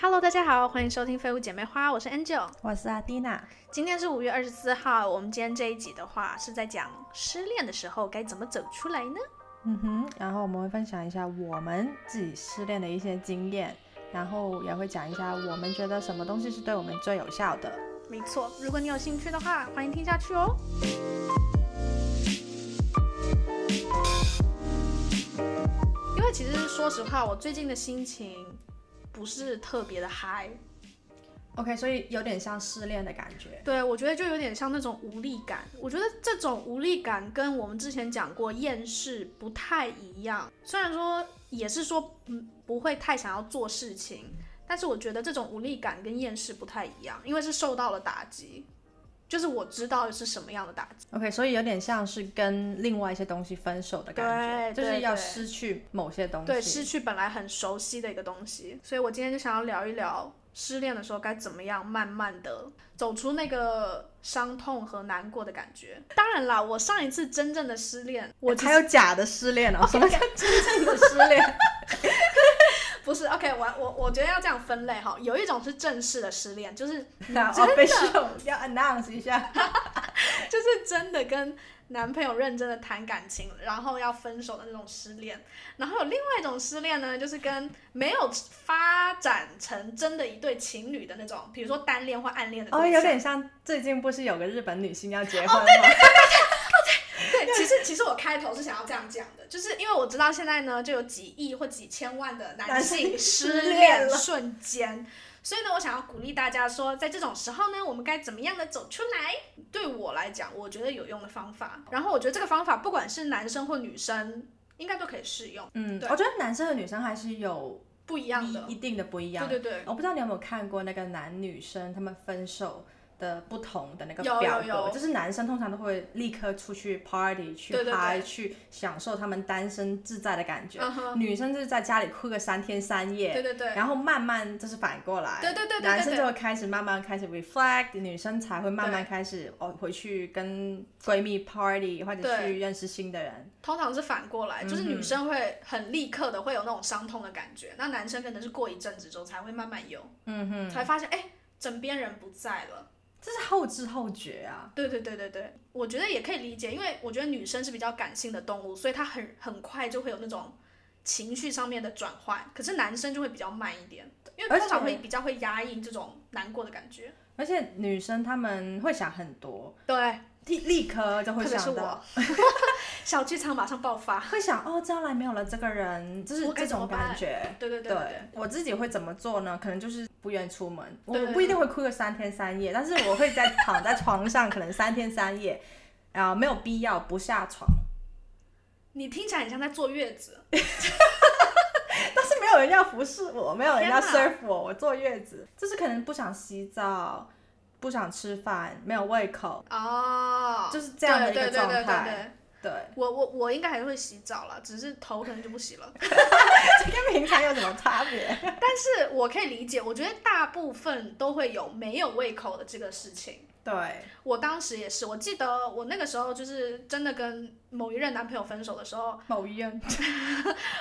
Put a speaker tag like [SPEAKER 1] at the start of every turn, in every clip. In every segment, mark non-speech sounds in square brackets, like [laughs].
[SPEAKER 1] Hello，大家好，欢迎收听《废物姐妹花》，我是 Angel。
[SPEAKER 2] 我是阿蒂娜，
[SPEAKER 1] 今天是五月二十四号，我们今天这一集的话是在讲失恋的时候该怎么走出来呢？
[SPEAKER 2] 嗯哼，然后我们会分享一下我们自己失恋的一些经验，然后也会讲一下我们觉得什么东西是对我们最有效的。
[SPEAKER 1] 没错，如果你有兴趣的话，欢迎听下去哦。因为其实说实话，我最近的心情不是特别的嗨，
[SPEAKER 2] OK，所以有点像失恋的感觉。
[SPEAKER 1] 对我觉得就有点像那种无力感。我觉得这种无力感跟我们之前讲过厌世不太一样，虽然说也是说嗯不会太想要做事情，但是我觉得这种无力感跟厌世不太一样，因为是受到了打击，就是我知道是什么样的打击。
[SPEAKER 2] OK，所以有点像是跟另外一些东西分手的感觉，
[SPEAKER 1] 对
[SPEAKER 2] 就
[SPEAKER 1] 对
[SPEAKER 2] 是要
[SPEAKER 1] 对
[SPEAKER 2] 失去某些东西。哎
[SPEAKER 1] 对，失去本来很熟悉的一个东西，所以我今天就想要聊一聊失恋的时候该怎么样慢慢的走出那个伤痛和难过的感觉。当然啦，我上一次真正的失恋，我其实
[SPEAKER 2] 还有假的失 [laughs] 恋哦，什么叫真正的失 [laughs] 恋？
[SPEAKER 1] 不是，OK，我我我觉得要这样分类哈，有一种是正式的失恋，就是 [laughs]
[SPEAKER 2] 那
[SPEAKER 1] 真的
[SPEAKER 2] official 要 announce 一下。
[SPEAKER 1] 就是真的跟男朋友认真的谈感情，然后要分手的那种失恋。然后有另外一种失恋呢，就是跟没有发展成真的一对情侣的那种，比如说单恋或暗恋的对
[SPEAKER 2] 哦，
[SPEAKER 1] 象。
[SPEAKER 2] 有点哦像最近不是有个日本女星要结婚吗？
[SPEAKER 1] 对，其实其实我开头是想要这样讲的，就是因为我知道现在呢，就有几亿或几千万的男
[SPEAKER 2] 男
[SPEAKER 1] 性
[SPEAKER 2] 性
[SPEAKER 1] 失
[SPEAKER 2] 失
[SPEAKER 1] 恋
[SPEAKER 2] 恋了
[SPEAKER 1] 瞬间，所以呢，我想要鼓励大家说，在这种时候呢，我们该怎么样的走出来？对我来讲，我觉得有用的方法，然后我觉得这个方法不管是男生或女生，应该都可以适用，
[SPEAKER 2] 嗯，
[SPEAKER 1] 对
[SPEAKER 2] 我觉得男生和女生还是有
[SPEAKER 1] 不一
[SPEAKER 2] 一
[SPEAKER 1] 样的。
[SPEAKER 2] 一定的不一样。
[SPEAKER 1] 对对对，
[SPEAKER 2] 我不知道你有没有看过那个男女生他们分手的不同的那个
[SPEAKER 1] 有有
[SPEAKER 2] 表格，
[SPEAKER 1] 有
[SPEAKER 2] 就是男生通常都会立刻出去 party 去
[SPEAKER 1] 对对对
[SPEAKER 2] 嗨去享受他们单身自在的感觉，
[SPEAKER 1] 嗯哼，
[SPEAKER 2] 女生就是在家里哭个三天三夜。
[SPEAKER 1] 对对对，
[SPEAKER 2] 然后慢慢就是反过来，
[SPEAKER 1] 对对对对对
[SPEAKER 2] 男生
[SPEAKER 1] 对
[SPEAKER 2] 就会开始慢慢开始 reflect，女生才会慢慢开始哦回去跟闺蜜 party 或者
[SPEAKER 1] 对
[SPEAKER 2] 去认识新的人。
[SPEAKER 1] 通常是反过来，就是
[SPEAKER 2] 嗯哼
[SPEAKER 1] 女生会很立刻的会有那种伤痛的感觉，那男生可能是过一阵子之后才会慢慢有。
[SPEAKER 2] 嗯哼，
[SPEAKER 1] 才发现哎、枕边人不在了。
[SPEAKER 2] 这是后知后觉啊。
[SPEAKER 1] 对对对对对，我觉得也可以理解，因为我觉得女生是比较感性的动物，所以她很很快就会有那种情绪上面的转换，可是男生就会比较慢一点，因为
[SPEAKER 2] 而
[SPEAKER 1] 通常
[SPEAKER 2] 且
[SPEAKER 1] 会比较会压抑这种难过的感觉。
[SPEAKER 2] 而且女生她们会想很多，
[SPEAKER 1] 对，
[SPEAKER 2] 立立刻就会
[SPEAKER 1] 特别是
[SPEAKER 2] 想到，
[SPEAKER 1] 我， [laughs] 小剧场马上爆发。
[SPEAKER 2] 会想哦，将来没有了这个人，就是
[SPEAKER 1] 我该
[SPEAKER 2] 这
[SPEAKER 1] 怎么
[SPEAKER 2] 种感觉。
[SPEAKER 1] 对对对对，
[SPEAKER 2] 我自己会怎么做呢？可能就是不愿出门，我
[SPEAKER 1] 对对
[SPEAKER 2] 我不一定会哭个三天三夜，但是我会在躺在床上，可能三天三夜， [laughs] 啊、没有必要不下床。 [laughs]
[SPEAKER 1] 你听起来很像在坐月子。
[SPEAKER 2] 但是没有人要服侍我，没有人要
[SPEAKER 1] 天哪
[SPEAKER 2] serve 我，我坐月子，就是可能不想洗澡，不想吃饭，没有胃口，
[SPEAKER 1] 哦，
[SPEAKER 2] 就是这样的一个
[SPEAKER 1] 对对
[SPEAKER 2] 状
[SPEAKER 1] 对对对
[SPEAKER 2] 态。
[SPEAKER 1] 对
[SPEAKER 2] 对， [laughs]
[SPEAKER 1] 我我我应该还是会洗澡了，只是头可能就不洗了。
[SPEAKER 2] 这跟平常有什么差别？
[SPEAKER 1] 但是我可以理解，我觉得大部分都会有没有胃口的这个事情。
[SPEAKER 2] 对。
[SPEAKER 1] 我当时也是，我记得我那个时候就是真的跟某一任男朋友分手的时候，
[SPEAKER 2] 某医院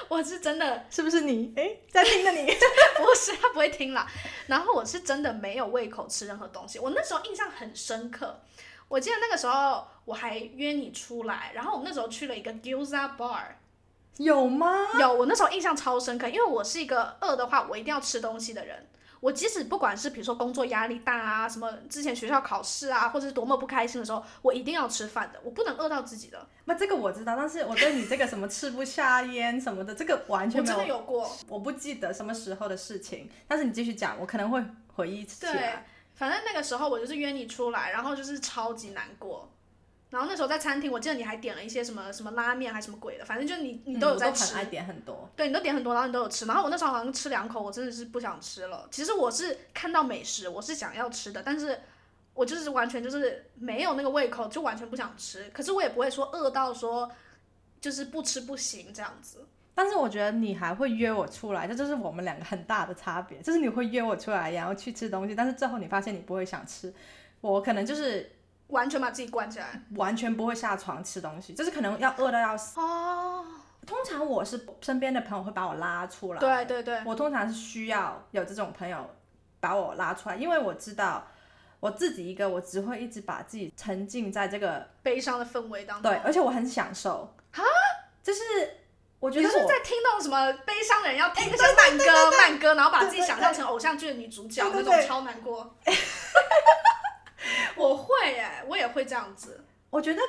[SPEAKER 1] 我是真的 [laughs]
[SPEAKER 2] 是不是你？哎，在听的你。
[SPEAKER 1] 不是他不会听啦，然后我是真的没有胃口吃任何东西。我那时候印象很深刻，我记得那个时候我还约你出来，然后我们那时候去了一个 Gyoza Bar，
[SPEAKER 2] 有吗？
[SPEAKER 1] 有，我那时候印象超深刻，因为我是一个饿的话我一定要吃东西的人。我即使不管是比如说工作压力大啊，什么之前学校考试啊，或者是多么不开心的时候，我一定要吃饭的，我不能饿到自己的。
[SPEAKER 2] 那这个我知道，但是我对你这个什么吃不下咽什么的，这个完
[SPEAKER 1] 我
[SPEAKER 2] 全没
[SPEAKER 1] 真的
[SPEAKER 2] 有，
[SPEAKER 1] 有过，
[SPEAKER 2] 我不记得什么时候的事情。但是你继续讲，我可能会回忆嗯起
[SPEAKER 1] 对
[SPEAKER 2] 来。，
[SPEAKER 1] 反正那个时候我就是约你出来，然后就是超级难过。然后那时候在餐厅，我记得你还点了一些什么什么拉面还是什么鬼的，反正就你你
[SPEAKER 2] 嗯
[SPEAKER 1] 都有
[SPEAKER 2] 我
[SPEAKER 1] 在吃
[SPEAKER 2] 很爱点很多。
[SPEAKER 1] 对，你都点很多，然后你都有吃。然后我那时候好像吃两口，我真的是不想吃了。其实我是看到美食，我是想要吃的，但是我就是完全就是没有那个胃口，就完全不想吃。可是我也不会说饿到说就是不吃不行这样子。
[SPEAKER 2] 但是我觉得你还会约我出来，这就是我们两个很大的差别，就是你会约我出来，然后去吃东西，但是最后你发现你不会想吃，我可能就是
[SPEAKER 1] 完全把自己关起来
[SPEAKER 2] 完全不会下床吃东西，就是可能要饿到要死。
[SPEAKER 1] 哦，
[SPEAKER 2] 通常我是身边的朋友会把我拉出来，
[SPEAKER 1] 对对对，
[SPEAKER 2] 我通常是需要有这种朋友把我拉出来，因为我知道我自己一个，我只会一直把自己沉浸在这个
[SPEAKER 1] 悲伤的氛围当中。
[SPEAKER 2] 对，而且我很享受
[SPEAKER 1] 啊，
[SPEAKER 2] 就是我觉
[SPEAKER 1] 你
[SPEAKER 2] 得
[SPEAKER 1] 就是
[SPEAKER 2] 我
[SPEAKER 1] 在听那种什么悲伤的人要听那些慢歌、慢歌，然后把自己
[SPEAKER 2] 对对
[SPEAKER 1] 想象成偶像剧的女主角
[SPEAKER 2] 对对
[SPEAKER 1] 那
[SPEAKER 2] 对
[SPEAKER 1] 种，超难过。 [laughs] 我会哎，我也会这样子。
[SPEAKER 2] 我觉得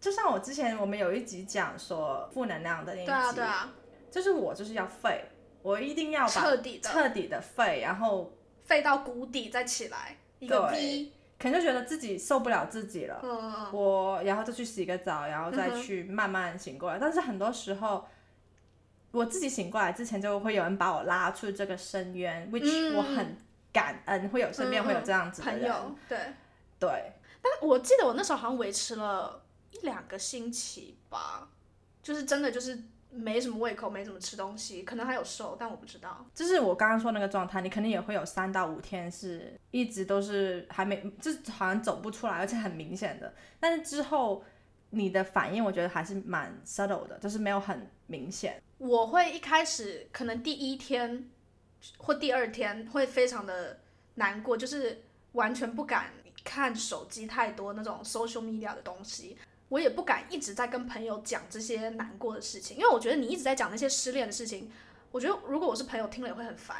[SPEAKER 2] 就像我之前我们有一集讲说负能量的那
[SPEAKER 1] 对
[SPEAKER 2] 一集，
[SPEAKER 1] 啊对啊，
[SPEAKER 2] 就是我就是要废，我一定要把
[SPEAKER 1] 彻底的
[SPEAKER 2] 彻底的废，然后
[SPEAKER 1] 废到谷底再起来，一个
[SPEAKER 2] 对
[SPEAKER 1] V，
[SPEAKER 2] 可能就觉得自己受不了自己了，
[SPEAKER 1] 嗯嗯嗯，
[SPEAKER 2] 我然后就去洗个澡，然后再去慢慢醒过来。但是很多时候，我自己醒过来之前，就会有人把我拉出这个深渊、w h i c h
[SPEAKER 1] 嗯
[SPEAKER 2] 我很感恩，会有身边
[SPEAKER 1] 嗯
[SPEAKER 2] 会有这样子的
[SPEAKER 1] 朋
[SPEAKER 2] 人。
[SPEAKER 1] 友对。
[SPEAKER 2] 对，
[SPEAKER 1] 但我记得我那时候好像维持了一两个星期吧，就是真的就是没什么胃口，没怎么吃东西，可能还有瘦，但我不知道。
[SPEAKER 2] 就是我刚刚说那个状态，你肯定也会有三到五天是一直都是还没，就是好像走不出来，而且很明显的。但是之后你的反应，我觉得还是蛮 subtle 的，就是没有很明显。
[SPEAKER 1] 我会一开始可能第一天或第二天会非常的难过，就是完全不敢看手机太多那种 social media 的东西。我也不敢一直在跟朋友讲这些难过的事情，因为我觉得你一直在讲那些失恋的事情，我觉得如果我是朋友听了也会很烦，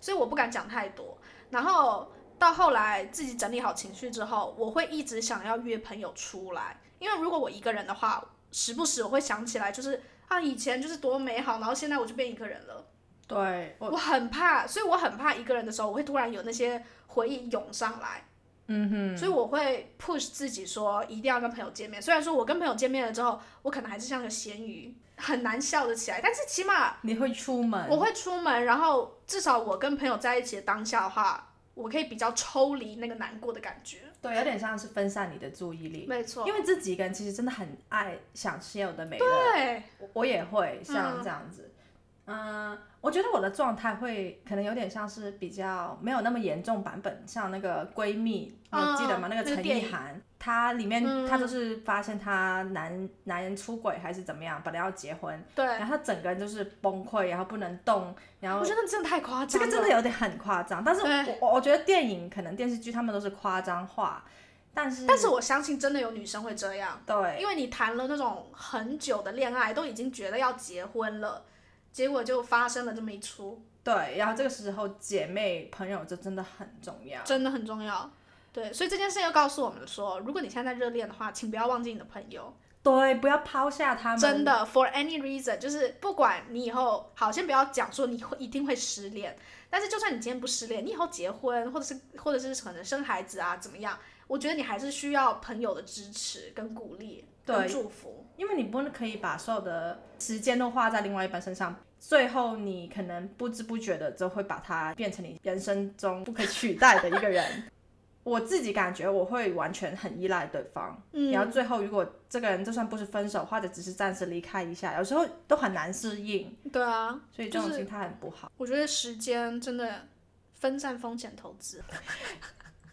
[SPEAKER 1] 所以我不敢讲太多。然后到后来自己整理好情绪之后，我会一直想要约朋友出来，因为如果我一个人的话，时不时我会想起来，就是啊以前就是多美好，然后现在我就变一个人了，
[SPEAKER 2] 对我，
[SPEAKER 1] 我很怕，所以我很怕一个人的时候，我会突然有那些回忆涌上来。
[SPEAKER 2] 嗯哼。
[SPEAKER 1] 所以我会 push 自己说一定要跟朋友见面。虽然说我跟朋友见面了之后，我可能还是像个咸鱼，很难笑得起来，但是起码
[SPEAKER 2] 你会出门，
[SPEAKER 1] 我会出门，然后至少我跟朋友在一起的当下的话，我可以比较抽离那个难过的感觉。
[SPEAKER 2] 对，有点像是分散你的注意力，
[SPEAKER 1] 没错，
[SPEAKER 2] 因为自己一个人其实真的很爱想现有的美乐，
[SPEAKER 1] 对，
[SPEAKER 2] 我我也会像
[SPEAKER 1] 嗯
[SPEAKER 2] 这样子。嗯、我觉得我的状态会可能有点像是比较没有那么严重版本，像那个闺蜜，
[SPEAKER 1] 嗯
[SPEAKER 2] 你记得吗？
[SPEAKER 1] 嗯
[SPEAKER 2] 那个
[SPEAKER 1] 那个
[SPEAKER 2] 陈
[SPEAKER 1] 电
[SPEAKER 2] 意
[SPEAKER 1] 影
[SPEAKER 2] 涵，她里面
[SPEAKER 1] 嗯
[SPEAKER 2] 她就是发现她男男人出轨还是怎么样，本来要结婚，
[SPEAKER 1] 对，
[SPEAKER 2] 然后她整个人就是崩溃，然后不能动，然后
[SPEAKER 1] 我觉得真的太夸
[SPEAKER 2] 这
[SPEAKER 1] 张
[SPEAKER 2] 个
[SPEAKER 1] 了。
[SPEAKER 2] 真的有点很夸张，但是
[SPEAKER 1] 对
[SPEAKER 2] 我我我觉得电影可能电视剧他们都是夸张化，但是
[SPEAKER 1] 但是我相信真的有女生会这样，
[SPEAKER 2] 对
[SPEAKER 1] 因为你谈了那种很久的恋爱，都已经觉得要结婚了，结果就发生了这么一出，
[SPEAKER 2] 对，然后这个时候姐妹朋友就真的很重要，
[SPEAKER 1] 真的很重要。对，所以这件事又告诉我们说，如果你现在在热恋的话，请不要忘记你的朋友。
[SPEAKER 2] 对，不要抛下他们，
[SPEAKER 1] 真的，for any reason，就是不管你以后好，先不要讲说你会一定会失恋，但是就算你今天不失恋，你以后结婚或者是或者是可能生孩子啊怎么样，我觉得你还是需要朋友的支持跟鼓励跟
[SPEAKER 2] 对
[SPEAKER 1] 祝福。
[SPEAKER 2] 因为你不可以把所有的时间都花在另外一半身上，最后你可能不知不觉的就会把他变成你人生中不可取代的一个人。 [laughs] 我自己感觉我会完全很依赖对方，然
[SPEAKER 1] 嗯，
[SPEAKER 2] 后最后如果这个人就算不是分手，或者只是暂时离开一下，有时候都很难适应，
[SPEAKER 1] 对啊，
[SPEAKER 2] 所以这种
[SPEAKER 1] 就是
[SPEAKER 2] 心态很不好。
[SPEAKER 1] 我觉得时间真的分散风险投资。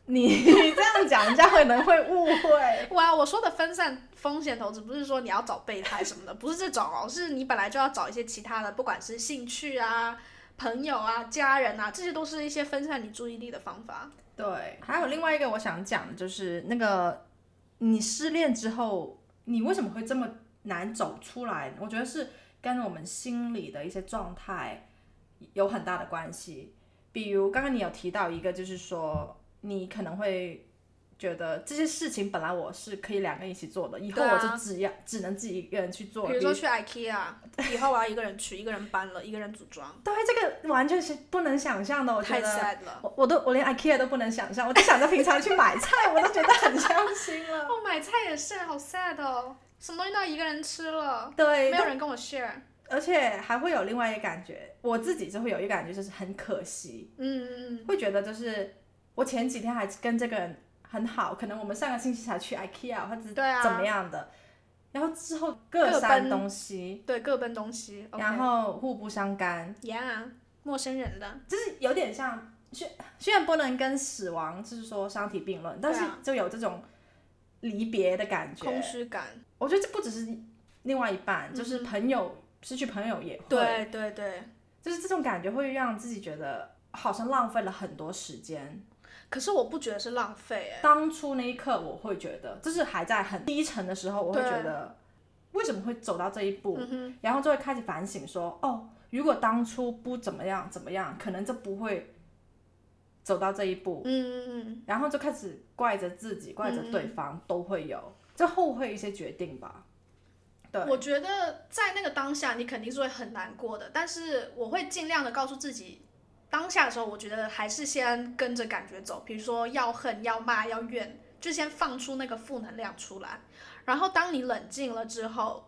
[SPEAKER 2] 你 [laughs] 这样讲，人家可能会误会。
[SPEAKER 1] 哎哇，我说的分散风险投资不是说你要找备胎什么的，不是这种哦，是你本来就要找一些其他的，不管是兴趣啊、朋友啊、家人啊，这些都是一些分散你注意力的方法。
[SPEAKER 2] 对，还有另外一个我想讲的就是那个，你失恋之后，你为什么会这么难走出来？我觉得是跟我们心理的一些状态有很大的关系。比如刚刚你有提到一个，就是说你可能会觉得这些事情本来我是可以两个人一起做的，以后
[SPEAKER 1] 对啊
[SPEAKER 2] 我是只要、只能自己一个人去做。
[SPEAKER 1] 比如说去 IKEA，以后我要一个人去，一个人搬了，一个人组装，
[SPEAKER 2] 对，哎这个完全是不能想象的，我觉
[SPEAKER 1] 太
[SPEAKER 2] 得。
[SPEAKER 1] sad 了。
[SPEAKER 2] 我我都我连 IKEA 都不能想象，我就想着平常去买菜，我都觉得很伤心了。
[SPEAKER 1] 哦，买菜也是，好 sad 哦，什么东西都要一个人吃了，
[SPEAKER 2] 对，
[SPEAKER 1] 没有人跟我 share。
[SPEAKER 2] 而且还会有另外一个感觉，我自己就会有一个感觉，就是很可惜，
[SPEAKER 1] 嗯嗯嗯，
[SPEAKER 2] 会觉得就是我前几天还跟这个人很好，可能我们上个星期才去 IKEA 或者是
[SPEAKER 1] 对啊
[SPEAKER 2] 怎么样的，然后之后各
[SPEAKER 1] 各
[SPEAKER 2] 删
[SPEAKER 1] 奔
[SPEAKER 2] 东西，
[SPEAKER 1] 对，各奔东西。OK
[SPEAKER 2] 然后互不相干，
[SPEAKER 1] ，Yeah，陌啊生人了。
[SPEAKER 2] 就是有点像，虽虽然不能跟死亡就是说相提并论，但是
[SPEAKER 1] 对啊
[SPEAKER 2] 就有这种离别的感觉，
[SPEAKER 1] 空虚感，嗯
[SPEAKER 2] 我觉得这不只是另外一半，就是朋友失去朋友也会，
[SPEAKER 1] 对对对。
[SPEAKER 2] 就是这种感觉会让自己觉得好像浪费了很多时间。
[SPEAKER 1] 可是我不觉得是浪费、欸，
[SPEAKER 2] 当初那一刻，我会觉得，就是还在很低沉的时候，我会觉得为什么会走到这一步，
[SPEAKER 1] 嗯
[SPEAKER 2] 然后就会开始反省说，哦，如果当初不怎么样怎么样，可能就不会走到这一步。
[SPEAKER 1] 嗯嗯嗯，
[SPEAKER 2] 然后就开始怪着自己，怪着对方，都会有，就后悔一些决定吧。对，
[SPEAKER 1] 我觉得在那个当下，你肯定是会很难过的，但是我会尽量的告诉自己，当下的时候，我觉得还是先跟着感觉走，比如说要恨、要骂、要怨，就先放出那个负能量出来。然后当你冷静了之后，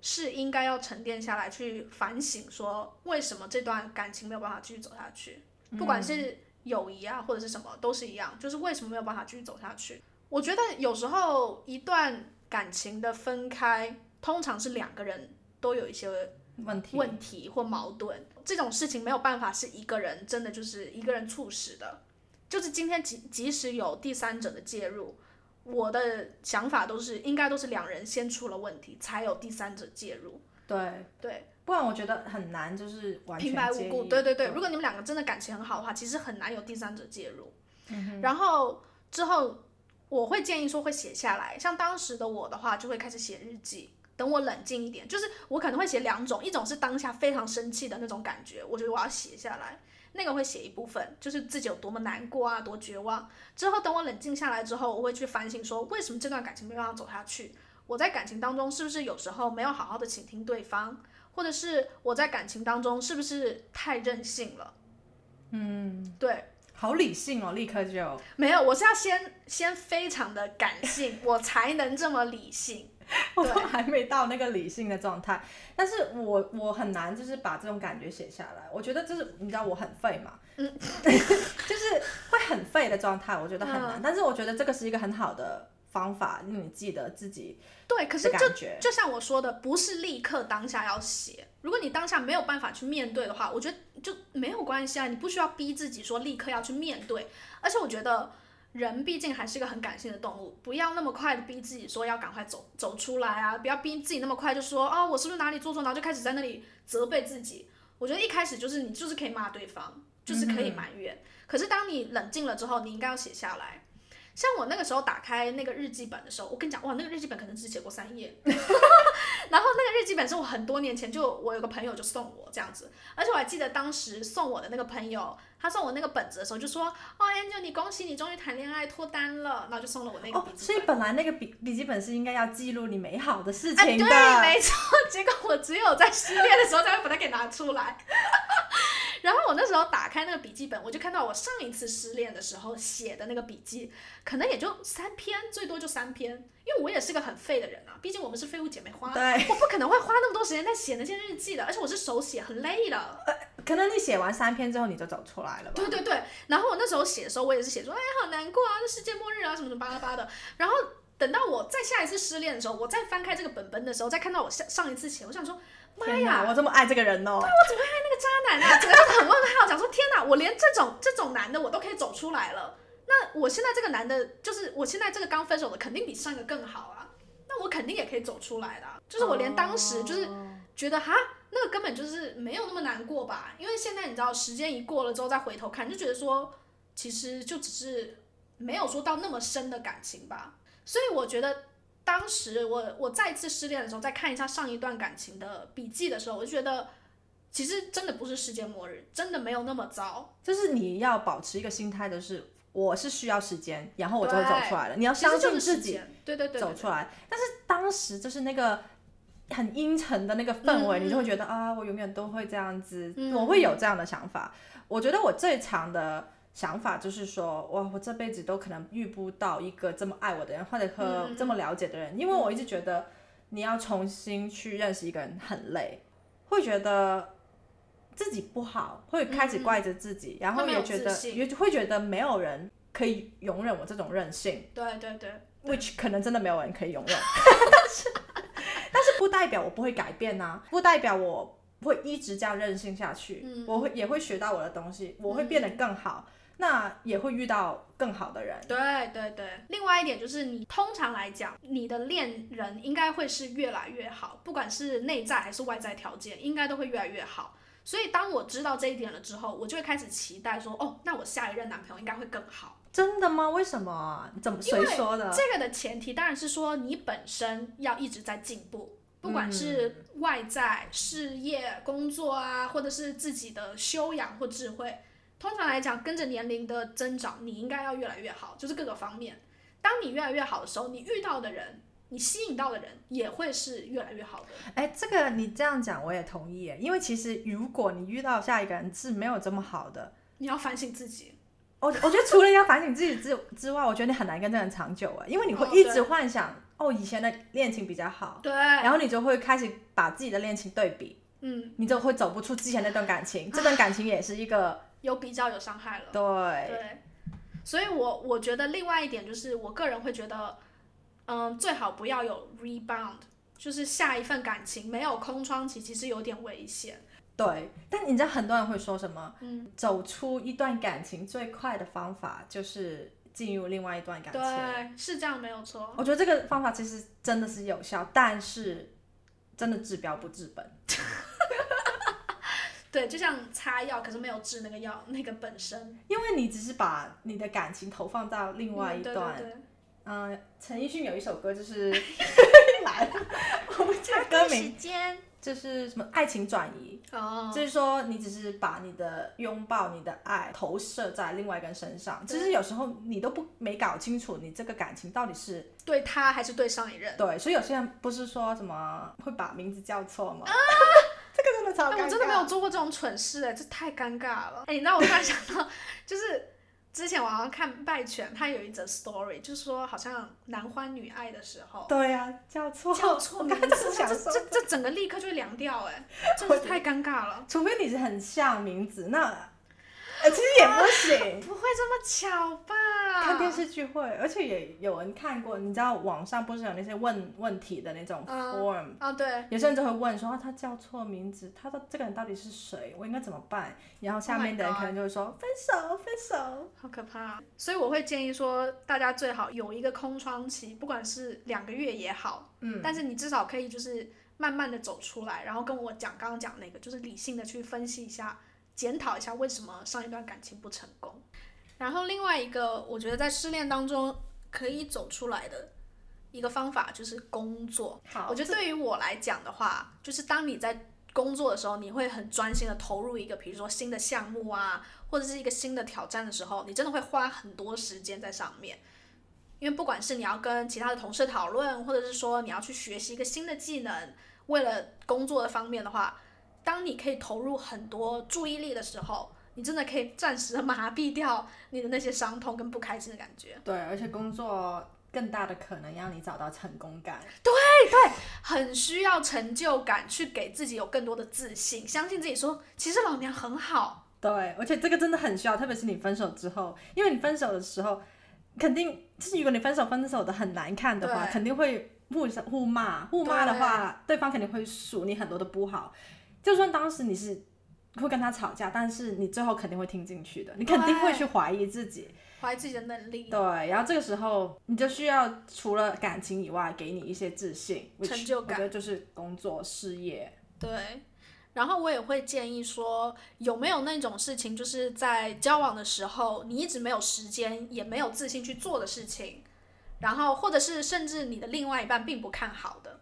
[SPEAKER 1] 是应该要沉淀下来去反省，说为什么这段感情没有办法继续走下去，不管是友谊啊或者是什么，都是一样，就是为什么没有办法继续走下去。我觉得有时候一段感情的分开，通常是两个人都有一些
[SPEAKER 2] 问题，
[SPEAKER 1] 问题或矛盾，这种事情没有办法是一个人真的就是一个人促使的，就是今天即即使有第三者的介入，我的想法都是应该都是两人先出了问题，才有第三者介入，
[SPEAKER 2] 对，
[SPEAKER 1] 对，
[SPEAKER 2] 不然我觉得很难，就是完全
[SPEAKER 1] 平白
[SPEAKER 2] 介
[SPEAKER 1] 无故，
[SPEAKER 2] 意嗯
[SPEAKER 1] 对对对，如果你们两个真的感情很好的话，其实很难有第三者介入，
[SPEAKER 2] 嗯
[SPEAKER 1] 然后之后我会建议说会写下来，像当时的我的话就会开始写日记。等我冷静一点，就是我可能会写两种，一种是当下非常生气的那种感觉，我觉得我要写下来，那个会写一部分，就是自己有多么难过啊，多绝望。之后等我冷静下来之后，我会去反省说，为什么这段感情没有办法走下去？我在感情当中是不是有时候没有好好的倾听对方，或者是我在感情当中是不是太任性了？嗯，对，
[SPEAKER 2] 好理性哦，立刻就
[SPEAKER 1] 没有，我是要先先非常的感性，我才能这么理性。
[SPEAKER 2] [laughs] 我都还没到那个理性的状态，但是我我很难就是把这种感觉写下来。我觉得就是你知道我很废嘛，
[SPEAKER 1] 嗯
[SPEAKER 2] [laughs] 就是会很废的状态，我觉得很
[SPEAKER 1] 嗯
[SPEAKER 2] 难。但是我觉得这个是一个很好的方法，让你记得自己
[SPEAKER 1] 对，可是
[SPEAKER 2] 的
[SPEAKER 1] 这
[SPEAKER 2] 感觉。
[SPEAKER 1] 就像我说的，不是立刻当下要写。如果你当下没有办法去面对的话，我觉得就没有关系啊，你不需要逼自己说立刻要去面对。而且我觉得人毕竟还是一个很感性的动物，不要那么快的逼自己说要赶快走走出来啊，不要逼自己那么快就说啊、我是不是哪里做错，然后就开始在那里责备自己。我觉得一开始就是你就是可以骂对方，就是可以埋怨。可是当你冷静了之后，你应该要写下来。像我那个时候打开那个日记本的时候，我跟你讲，哇，那个日记本可能只写过三页， [laughs] 然后那个日记本是我很多年前就我有个朋友就送我这样子，而且我还记得当时送我的那个朋友，他送我那个本子的时候就说，哦，Angel，你恭喜你终于谈恋爱脱单了，然后就送了我那个
[SPEAKER 2] 哦
[SPEAKER 1] 笔，记
[SPEAKER 2] 所以本来那个笔笔记本是应该要记录你美好的事
[SPEAKER 1] 本。
[SPEAKER 2] 情的，
[SPEAKER 1] 啊，对，没错。结果我只有在失恋的时候才会把它给拿出来。 [laughs] 然后我那时候打开那个笔记本，我就看到我上一次失恋的时候写的那个笔记，可能也就三篇，最多就三篇，因为我也是个很废的人啊，毕竟我们是废物姐妹花，
[SPEAKER 2] 对
[SPEAKER 1] 我不可能会花那么多时间在写那些日记的，而且我是手写，很累的。
[SPEAKER 2] 可能你写完三篇之后你就走出来了吧
[SPEAKER 1] 对？对对，然后我那时候写的时候，我也是写说，哎，好难过啊，这世界末日啊，什么什么巴拉巴拉的。然后等到我再下一次失恋的时候，我再翻开这个本本的时候，再看到我上上一次写，我想说，妈
[SPEAKER 2] 天
[SPEAKER 1] 呀，
[SPEAKER 2] 哪，我这么爱这个人哦！
[SPEAKER 1] 渣男啊，整个就很问号，讲说天哪，我连这种这种男的我都可以走出来了，那我现在这个男的，就是我现在这个刚分手的，肯定比上一个更好啊，那我肯定也可以走出来的啊、就是我连当时就是觉得哈。那个根本就是没有那么难过吧，因为现在你知道，时间一过了之后再回头看，就觉得说，其实就只是没有说到那么深的感情吧。所以我觉得当时我我再一次失恋的时候，再看一下上一段感情的笔记的时候，我就觉得其实真的不是世界末日，真的没有那么糟。
[SPEAKER 2] 就是你要保持一个心态，就是我是需要时间，然后我就会走出来了。你要
[SPEAKER 1] 其实
[SPEAKER 2] 相
[SPEAKER 1] 就
[SPEAKER 2] 信
[SPEAKER 1] 是
[SPEAKER 2] 自
[SPEAKER 1] 时
[SPEAKER 2] 己
[SPEAKER 1] 间，对对对对
[SPEAKER 2] 走出来。但是当时就是那个很阴沉的那个氛围，
[SPEAKER 1] 嗯嗯
[SPEAKER 2] 你就会觉得啊，我永远都会这样子，
[SPEAKER 1] 嗯
[SPEAKER 2] 我会有这样的想法。我觉得我最长的。想法就是说，哇，我这辈子都可能遇不到一个这么爱我的人，或者和
[SPEAKER 1] 嗯嗯嗯
[SPEAKER 2] 这么了解的人，因为我一直觉得你要重新去认识一个人很累，会觉得自己不好，会开始怪着自己，然
[SPEAKER 1] 嗯
[SPEAKER 2] 后
[SPEAKER 1] 会没有
[SPEAKER 2] 也觉
[SPEAKER 1] 自
[SPEAKER 2] 得
[SPEAKER 1] 信
[SPEAKER 2] 也会觉得没有人可以容忍我这种任性
[SPEAKER 1] 对对对，
[SPEAKER 2] ，which 可能真的没有人 [laughs] 可
[SPEAKER 1] [laughs]
[SPEAKER 2] 以容忍。但是，但是不代表我不会改变呐、不代表
[SPEAKER 1] 嗯
[SPEAKER 2] 我会一直这样任性下去，我会也会学到我的东西，我会变得更好。那也会遇到更好的人。
[SPEAKER 1] 对对对，另外一点就是你通常来讲，你的恋人应该会是越来越好，不管是内在还是外在条件，应该都会越来越好。所以当我知道这一点了之后，我就会开始期待说，哦，那我下一任男朋友应该会更好。
[SPEAKER 2] 真的吗？为什么啊？你怎么谁说的？
[SPEAKER 1] 这个的前提当然是说你本身要一直在进步，不管是外在、事业、工作啊，或者是自己的修养或智慧。通常来讲，跟着年龄的增长，你应该要越来越好，就是各个方面。当你越来越好的时候，你遇到的人，你吸引到的人也会是越来越好的。
[SPEAKER 2] 哎，这个你这样讲我也同意耶，因为其实如果你遇到下一个人是没有这么好的，
[SPEAKER 1] 你要反省自己。
[SPEAKER 2] 我我觉得除了要反省自己之之外，我觉得你很难跟这个人长久啊，因为你会
[SPEAKER 1] 哦
[SPEAKER 2] 一
[SPEAKER 1] 对
[SPEAKER 2] 直幻想哦以前的恋情比较好，
[SPEAKER 1] 对，
[SPEAKER 2] 然后你就会开始把自己的恋情对比，
[SPEAKER 1] 嗯，
[SPEAKER 2] 你就会走不出之前那段感情，这段感情也是一个
[SPEAKER 1] 有比较有伤害了。
[SPEAKER 2] 对
[SPEAKER 1] 对，所以我我觉得另外一点就是，我个人会觉得，嗯，最好不要有 rebound，就是下一份感情没有空窗期，其实有点危险。
[SPEAKER 2] 对。但你知道很多人会说什么？
[SPEAKER 1] 嗯，
[SPEAKER 2] 走出一段感情最快的方法就是进入另外一段感情。
[SPEAKER 1] 对，是这样没有错。
[SPEAKER 2] 我觉得这个方法其实真的是有效，但是真的治标不治本。
[SPEAKER 1] 对，就像擦药，可是没有治那个药那个本身。
[SPEAKER 2] 因为你只是把你的感情投放到另外一
[SPEAKER 1] 嗯对
[SPEAKER 2] 段，
[SPEAKER 1] 对对
[SPEAKER 2] 嗯、陈奕迅有一首歌就是 [laughs] 来了，我不记得 [laughs] 歌名，
[SPEAKER 1] 间
[SPEAKER 2] 就是什么爱情转移，
[SPEAKER 1] 哦，
[SPEAKER 2] 就是说你只是把你的拥抱、你的爱投射在另外一个人身上，其实有时候你都不没搞清楚你这个感情到底是
[SPEAKER 1] 对他还是对上一任？
[SPEAKER 2] 对，所以有些人不是说什么会把名字叫错吗？ [laughs] 这个真的超尴
[SPEAKER 1] 哎，
[SPEAKER 2] 尬。
[SPEAKER 1] 啊我真的没有做过这种蠢事、哎，这太尴尬了。哎，你知道我突然想到， [laughs] 就是之前我好像看《败犬》，它有一则 story，就是说好像男欢女爱的时
[SPEAKER 2] [laughs]
[SPEAKER 1] 候。
[SPEAKER 2] 对呀、叫错。
[SPEAKER 1] 叫错
[SPEAKER 2] 我
[SPEAKER 1] 名 [laughs]
[SPEAKER 2] 刚刚
[SPEAKER 1] 字，
[SPEAKER 2] 是
[SPEAKER 1] 这
[SPEAKER 2] 想
[SPEAKER 1] 这
[SPEAKER 2] 说，
[SPEAKER 1] 这这整个立刻就会凉掉哎、真是太尴尬了。
[SPEAKER 2] 除非你是很像名字，
[SPEAKER 1] [laughs]
[SPEAKER 2] 那呃其实也不行。
[SPEAKER 1] 不会这么巧吧？
[SPEAKER 2] 看电视剧会，而且也有人看过。你知道网上不是有那些问问题的那种
[SPEAKER 1] 嗯
[SPEAKER 2] form，、
[SPEAKER 1] 啊，对，
[SPEAKER 2] 有些人就会问说、啊、他叫错名字，他的这个人到底是谁？我应该怎么办？然后下
[SPEAKER 1] Oh my
[SPEAKER 2] 面的人
[SPEAKER 1] God
[SPEAKER 2] 可能就会说、分手，分手。
[SPEAKER 1] 好可怕、啊所以我会建议说，大家最好有一个空窗期，不管是两个月也好，
[SPEAKER 2] 嗯，
[SPEAKER 1] 但是你至少可以就是慢慢的走出来，然后跟我讲刚刚讲那个，就是理性的去分析一下，检讨一下为什么上一段感情不成功。然后另外一个，我觉得在失恋当中可以走出来的一个方法就是工作。
[SPEAKER 2] 好，
[SPEAKER 1] 我觉得对于我来讲的话，就是当你在工作的时候，你会很专心的投入一个，比如说新的项目啊，或者是一个新的挑战的时候，你真的会花很多时间在上面。因为不管是你要跟其他的同事讨论，或者是说你要去学习一个新的技能，为了工作的方面的话，当你可以投入很多注意力的时候，你真的可以暂时的麻痹掉你的那些伤痛跟不开心的感觉。
[SPEAKER 2] [laughs] 对，而且工作更大的可能让你找到成功感。
[SPEAKER 1] 很需要成就感，去给自己有更多的自信，相信自己说，其实老娘很好。
[SPEAKER 2] 对，而且这个真的很需要，特别是你分手之后，因为你分手的时候，肯定就是如果你分手分手的很难看的话，
[SPEAKER 1] 对
[SPEAKER 2] 肯定会互相互骂，互骂的话，对方肯定会数你很多的不好。就算当时你是会跟他吵架，但是你最后肯定会听进去的，你肯定会去怀疑自己。
[SPEAKER 1] 怀疑自己的能力、
[SPEAKER 2] 对，然后这个时候你就需要除了感情以外，给你一些自信，which
[SPEAKER 1] 成就
[SPEAKER 2] 我
[SPEAKER 1] 感
[SPEAKER 2] 觉得就是工作、事业。
[SPEAKER 1] 对，然后我也会建议说，有没有那种事情，就是在交往的时候，你一直没有时间，也没有自信去做的事情，然后或者是甚至你的另外一半并不看好的，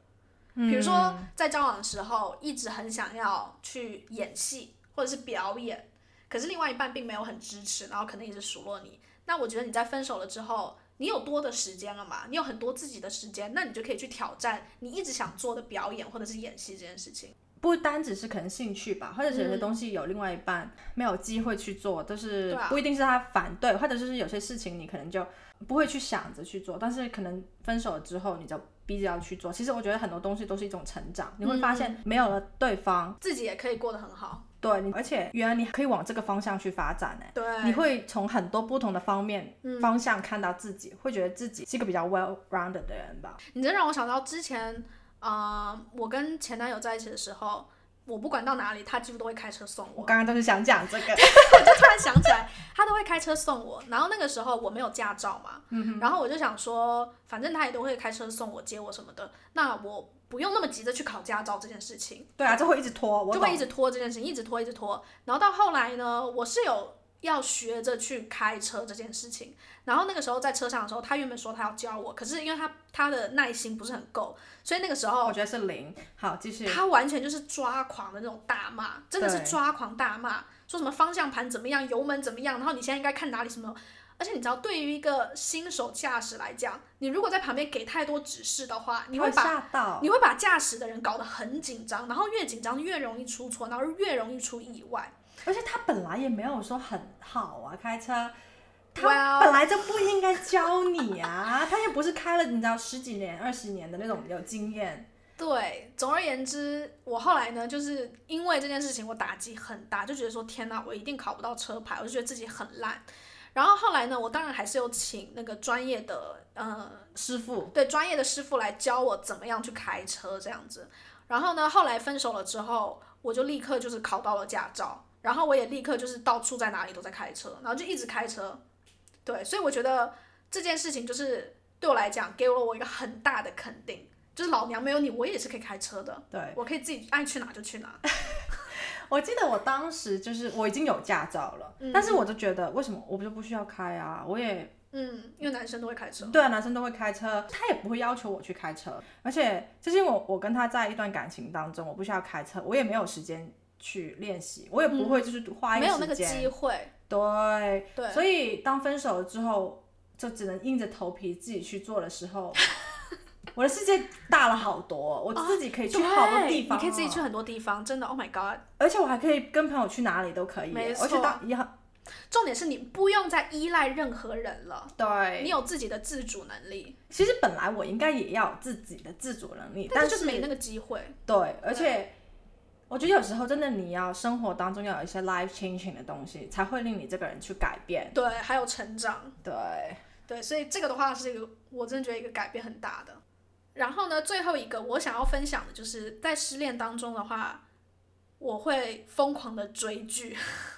[SPEAKER 1] 比如说在交往的时候，一直很想要去演戏或者是表演，可是另外一半并没有很支持，然后可能一直数落你。那我觉得你在分手了之后，你有多的时间了嘛？你有很多自己的时间，那你就可以去挑战你一直想做的表演或者是演戏这件事情。
[SPEAKER 2] 不单只是可能兴趣吧，或者是有些东西有另外一半没有机会去做，
[SPEAKER 1] 嗯
[SPEAKER 2] 就
[SPEAKER 1] 对
[SPEAKER 2] 是
[SPEAKER 1] 啊
[SPEAKER 2] 不一定是他反对，或者就是有些事情你可能就不会去想着去做，但是可能分手了之后你就逼着要去做。其实我觉得很多东西都是一种成长，你会发
[SPEAKER 1] 嗯
[SPEAKER 2] 现没有了对方，
[SPEAKER 1] 自己也可以过得很好。
[SPEAKER 2] 对你，而且原来你可以往这个方向去发展呢。
[SPEAKER 1] 对，嗯
[SPEAKER 2] 你会从很多不同的方面、方向看到自己，会觉得自己是一个比较 well-rounded 的人吧。
[SPEAKER 1] 你这让我想到之前，呃，我跟前男友在一起的时候，我不管到哪里，他几乎都会开车送
[SPEAKER 2] 我
[SPEAKER 1] 我。
[SPEAKER 2] 刚刚就是想讲
[SPEAKER 1] [laughs]
[SPEAKER 2] 这个，
[SPEAKER 1] 我就突然想起来，他都会开车送我。然后那个时候我没有驾照嘛，
[SPEAKER 2] 嗯
[SPEAKER 1] 然后我就想说，反正他也都会开车送我、接我什么的，那我不用那么急着去考驾照这件事情。
[SPEAKER 2] 对啊，就会一直拖，我
[SPEAKER 1] 就会
[SPEAKER 2] 懂
[SPEAKER 1] 一直拖这件事情，一直拖，一直拖。然后到后来呢，我是有要学着去开车这件事情。然后那个时候在车上的时候，他原本说他要教我，可是因为他他的耐心不是很够，所以那个时候
[SPEAKER 2] 我觉得是零。好，继续。
[SPEAKER 1] 他完全就是抓狂的那种大骂，真的是
[SPEAKER 2] 对
[SPEAKER 1] 抓狂大骂，说什么方向盘怎么样，油门怎么样，然后你现在应该看哪里什么。而且你知道，对于一个新手驾驶来讲，你如果在旁边给太多指示的话，你会把
[SPEAKER 2] 吓到，
[SPEAKER 1] 你会把驾驶的人搞得很紧张，然后越紧张越容易出错，然后越容易出意外。
[SPEAKER 2] 而且他本来也没有说很好啊，开车。他
[SPEAKER 1] Well-
[SPEAKER 2] 本来就不应该教你啊， [laughs] 他又不是开了你知道十几年、二十年的那种有经验，
[SPEAKER 1] 对，总而言之，我后来呢，就是因为这件事情，我打击很大，就觉得说天哪，我一定考不到车牌，我就觉得自己很烂。然后后来呢，我当然还是有请那个专业的，呃，
[SPEAKER 2] 师傅
[SPEAKER 1] 对专业的师傅来教我怎么样去开车这样子。然后呢，后来分手了之后，我就立刻就是考到了驾照，然后我也立刻就是到处在哪里都在开车，然后就一直开车。对，所以我觉得这件事情就是对我来讲给了我一个很大的肯定，就是老娘没有你，我也是可以开车的，
[SPEAKER 2] 对。
[SPEAKER 1] 我可以自己爱去哪就去哪。
[SPEAKER 2] 我记得我当时就是我已经有驾照了，
[SPEAKER 1] 嗯
[SPEAKER 2] 但是我就觉得为什么我就不需要开啊？我也
[SPEAKER 1] 嗯，因为男生都会开车。
[SPEAKER 2] 对啊，男生都会开车，他也不会要求我去开车，而且就是因为我我跟他在一段感情当中，我不需要开车，我也没有时间去练习，我也不会就是花一
[SPEAKER 1] 嗯没有那
[SPEAKER 2] 时
[SPEAKER 1] 个
[SPEAKER 2] 间，
[SPEAKER 1] 机会，
[SPEAKER 2] 对，
[SPEAKER 1] 对，
[SPEAKER 2] 所以当分手了之后，就只能硬着头皮自己去做的时候， [laughs] 我的世界大了好多，我自己可以去好多
[SPEAKER 1] 哦对
[SPEAKER 2] 地方、啊
[SPEAKER 1] 你
[SPEAKER 2] 哦
[SPEAKER 1] 可以自己去，很多地方，真的，Oh my god！
[SPEAKER 2] 而且我还可以跟朋友去哪里都可以，
[SPEAKER 1] 没
[SPEAKER 2] 而且
[SPEAKER 1] 错
[SPEAKER 2] 当也很
[SPEAKER 1] 重点是你不用再依赖任何人了，
[SPEAKER 2] 对
[SPEAKER 1] 你有自己的自主能力，
[SPEAKER 2] 其实本来我应该也要有自己的自主能力，
[SPEAKER 1] 但
[SPEAKER 2] 但
[SPEAKER 1] 是就是没那个机会。
[SPEAKER 2] 对，而且我觉得有时候真的你要生活当中要有一些 life changing 的东西，才会令你这个人去改变。
[SPEAKER 1] 对，还有成长，
[SPEAKER 2] 对，
[SPEAKER 1] 对，所以这个的话是一个我真的觉得一个改变很大的。然后呢，最后一个我想要分享的就是在失恋当中的话，我会疯狂的追剧，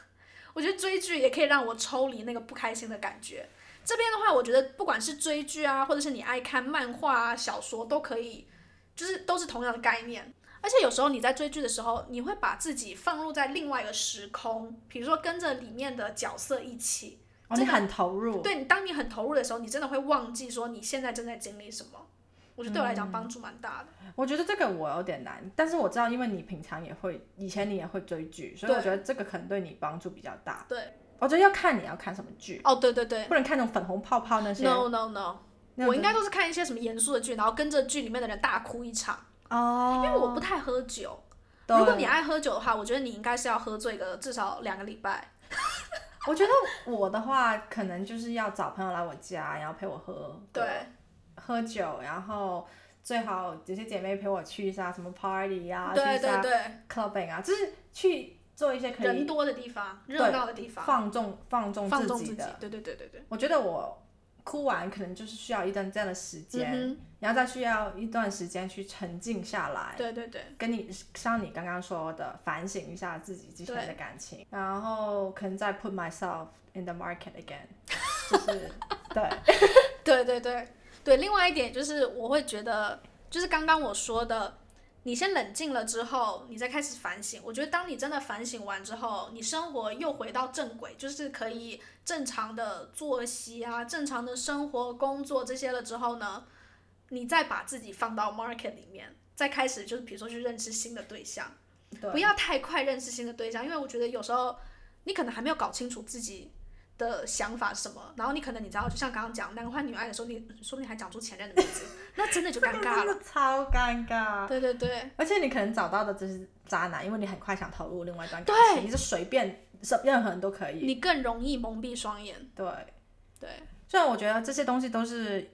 [SPEAKER 1] [laughs] 我觉得追剧也可以让我抽离那个不开心的感觉。这边的话，我觉得不管是追剧啊，或者是你爱看漫画啊、小说，都可以，就是都是同样的概念。而且有时候你在追剧的时候，你会把自己放入在另外一个时空，比如说跟着里面的角色一起，
[SPEAKER 2] 哦，
[SPEAKER 1] 这
[SPEAKER 2] 你
[SPEAKER 1] 个
[SPEAKER 2] 很投入。
[SPEAKER 1] 对你，当你很投入的时候，你真的会忘记说你现在正在经历什么。我觉得对我来
[SPEAKER 2] 嗯
[SPEAKER 1] 讲帮助蛮大的。
[SPEAKER 2] 我觉得这个我有点难，但是我知道，因为你平常也会，以前你也会追剧，所以我
[SPEAKER 1] 对
[SPEAKER 2] 觉得这个可能对你帮助比较大。
[SPEAKER 1] 对，
[SPEAKER 2] 我觉得要看你要看什么剧，
[SPEAKER 1] 哦，对对对
[SPEAKER 2] 不能看那种粉红泡泡那些。
[SPEAKER 1] ，no no no，
[SPEAKER 2] 那种
[SPEAKER 1] 我应该都是看一些什么严肃的剧，然后跟着剧里面的人大哭一场，
[SPEAKER 2] 哦，
[SPEAKER 1] 因为我不太喝酒。
[SPEAKER 2] 对
[SPEAKER 1] 如果你爱喝酒的话，我觉得你应该是要喝醉个至少两个礼拜。
[SPEAKER 2] 我觉得我的话，可能就是要找朋友来我家，然后陪我喝，
[SPEAKER 1] 对，
[SPEAKER 2] 喝酒，然后最好有些姐妹陪我去一下什么 party 啊，去
[SPEAKER 1] 对
[SPEAKER 2] 一
[SPEAKER 1] 对
[SPEAKER 2] 下
[SPEAKER 1] 对，
[SPEAKER 2] clubbing 啊，就是去做一些可
[SPEAKER 1] 人
[SPEAKER 2] 以
[SPEAKER 1] 多的地方，热闹的地方，
[SPEAKER 2] 放纵放纵
[SPEAKER 1] 放纵
[SPEAKER 2] 己
[SPEAKER 1] 自己
[SPEAKER 2] 的。。
[SPEAKER 1] 对对对对对。
[SPEAKER 2] 我觉得我哭完可能就是需要一段这样的时间，
[SPEAKER 1] 嗯
[SPEAKER 2] 然后再需要一段时间去沉静下来
[SPEAKER 1] 哼，。对对对，
[SPEAKER 2] 跟你像你刚刚说的，反省一下自己之前的感情，然后可能再 put myself in the market again，就是
[SPEAKER 1] [laughs]
[SPEAKER 2] 对，
[SPEAKER 1] 对对对对，另外一点就是我会觉得，就是刚刚我说的，你先冷静了之后，你再开始反省。我觉得当你真的反省完之后，你生活又回到正轨，就是可以正常的作息啊，正常的生活、工作这些了之后呢，你再把自己放到 market 里面，再开始就是比如说去认识新的对象。
[SPEAKER 2] 对
[SPEAKER 1] 不要太快认识新的对象，因为我觉得有时候你可能还没有搞清楚自己的想法是什么，然后你可能你知道，就像刚刚讲男欢女爱的时候，你说不定还讲出前任的名字，那真的
[SPEAKER 2] [laughs]
[SPEAKER 1] 就尴尬
[SPEAKER 2] 真
[SPEAKER 1] 了。
[SPEAKER 2] 的超尴尬。
[SPEAKER 1] 对对对
[SPEAKER 2] 而且你可能找到的只是渣男，因为你很快想投入另外一段感
[SPEAKER 1] 对
[SPEAKER 2] 情，你就随便什任何人都可以。
[SPEAKER 1] 你更容易蒙蔽双眼。
[SPEAKER 2] 对，
[SPEAKER 1] 对，
[SPEAKER 2] 虽然我觉得这些东西都是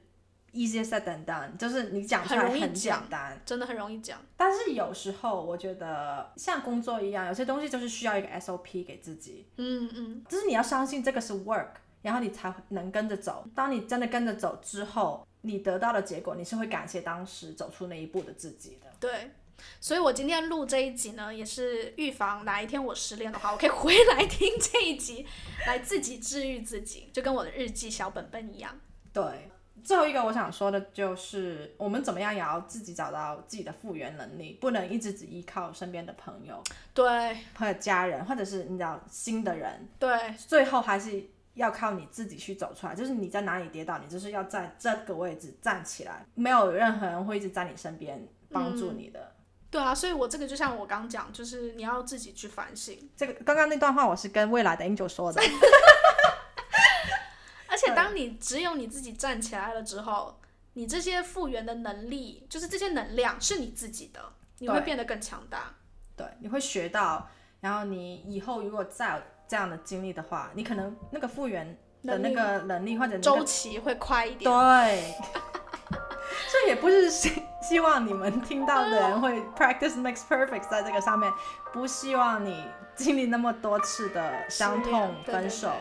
[SPEAKER 2] easier said than done，就是你讲出来
[SPEAKER 1] 很容易
[SPEAKER 2] 很简
[SPEAKER 1] 讲
[SPEAKER 2] 单，
[SPEAKER 1] 真的很容易讲。
[SPEAKER 2] 但是有时候我觉得像工作一样，有些东西就是需要一个 SOP 给自己。
[SPEAKER 1] 嗯嗯，
[SPEAKER 2] 就是你要相信这个是 work，然后你才能跟着走。当你真的跟着走之后，你得到的结果，你是会感谢当时走出那一步的自己的。
[SPEAKER 1] 对，所以我今天录这一集呢，也是预防哪一天我失恋的话，我可以回来听这一集，来自己治愈自己，就跟我的日记小本本一样。
[SPEAKER 2] 对，最后一个我想说的就是，我们怎么样也要自己找到自己的复原能力，不能一直只依靠身边的朋友
[SPEAKER 1] 对
[SPEAKER 2] 或者家人，或者是你知道新的人，
[SPEAKER 1] 对
[SPEAKER 2] 最后还是要靠你自己去走出来。就是你在哪里跌倒，你就是要在这个位置站起来，没有任何人会一直在你身边帮
[SPEAKER 1] 嗯
[SPEAKER 2] 助你的。
[SPEAKER 1] 对啊，所以我这个就像我刚讲，就是你要自己去反省，
[SPEAKER 2] 这个刚刚那段话我是跟未来的 Angel
[SPEAKER 1] [laughs]
[SPEAKER 2] 说的，
[SPEAKER 1] 而且当你只有你自己站起来了之后，你这些复原的能力，就是这些能量是你自己的，你会
[SPEAKER 2] 对
[SPEAKER 1] 变得更强大。
[SPEAKER 2] 对，你会学到，然后你以后如果再有这样的经历的话，你可能那个复原的那个能力或者那个
[SPEAKER 1] 周期会快一点。
[SPEAKER 2] 对，这也不是希希望你们听到的人会 practice makes perfect 在这个上面，不希望你经历那么多次的伤
[SPEAKER 1] 失
[SPEAKER 2] 痛
[SPEAKER 1] 恋啊对
[SPEAKER 2] 分
[SPEAKER 1] 对
[SPEAKER 2] 手，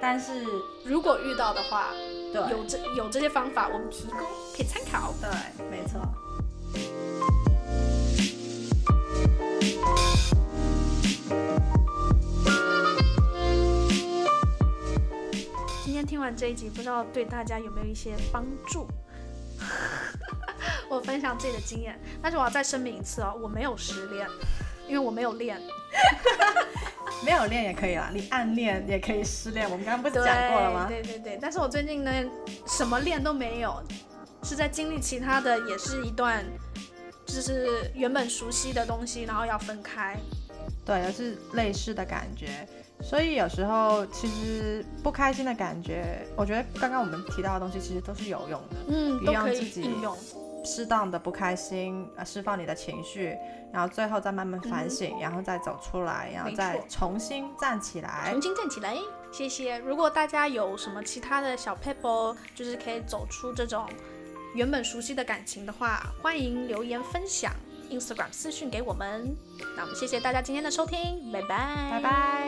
[SPEAKER 2] 但是
[SPEAKER 1] 如果遇到的话，
[SPEAKER 2] 对
[SPEAKER 1] 有这有这些方法，我们提供可以参考。
[SPEAKER 2] 对，没错。
[SPEAKER 1] 今天听完这一集，不知道对大家有没有一些帮助？ [laughs] 我分享自己的经验，但是我要再声明一次哦，我没有失恋，因为我没有恋。
[SPEAKER 2] 没有恋也可以啦，你暗恋也可以失恋，我们刚刚不是
[SPEAKER 1] 对
[SPEAKER 2] 讲过了吗？
[SPEAKER 1] 对对对，但是我最近呢，什么恋都没有，是在经历其他的，也是一段，就是原本熟悉的东西，然后要分开。
[SPEAKER 2] 对，也是类似的感觉。所以有时候其实不开心的感觉，我觉得刚刚我们提到的东西其实都是有用的。
[SPEAKER 1] 嗯，
[SPEAKER 2] 一
[SPEAKER 1] 都
[SPEAKER 2] 样
[SPEAKER 1] 可
[SPEAKER 2] 自
[SPEAKER 1] 以
[SPEAKER 2] 己
[SPEAKER 1] 应用。
[SPEAKER 2] 适当的不开心，呃，释放你的情绪，然后最后再慢慢反省，然后再走出来，然
[SPEAKER 1] 嗯
[SPEAKER 2] 后
[SPEAKER 1] 没
[SPEAKER 2] 再
[SPEAKER 1] 错
[SPEAKER 2] 重新站起来
[SPEAKER 1] 重。新站起来。谢谢。如果大家有什么其他的小 paper，就是可以走出这种原本熟悉的感情的话，欢迎留言分享，Instagram 私讯给我们。那我们谢谢大家今天的收听，拜拜，
[SPEAKER 2] 拜拜。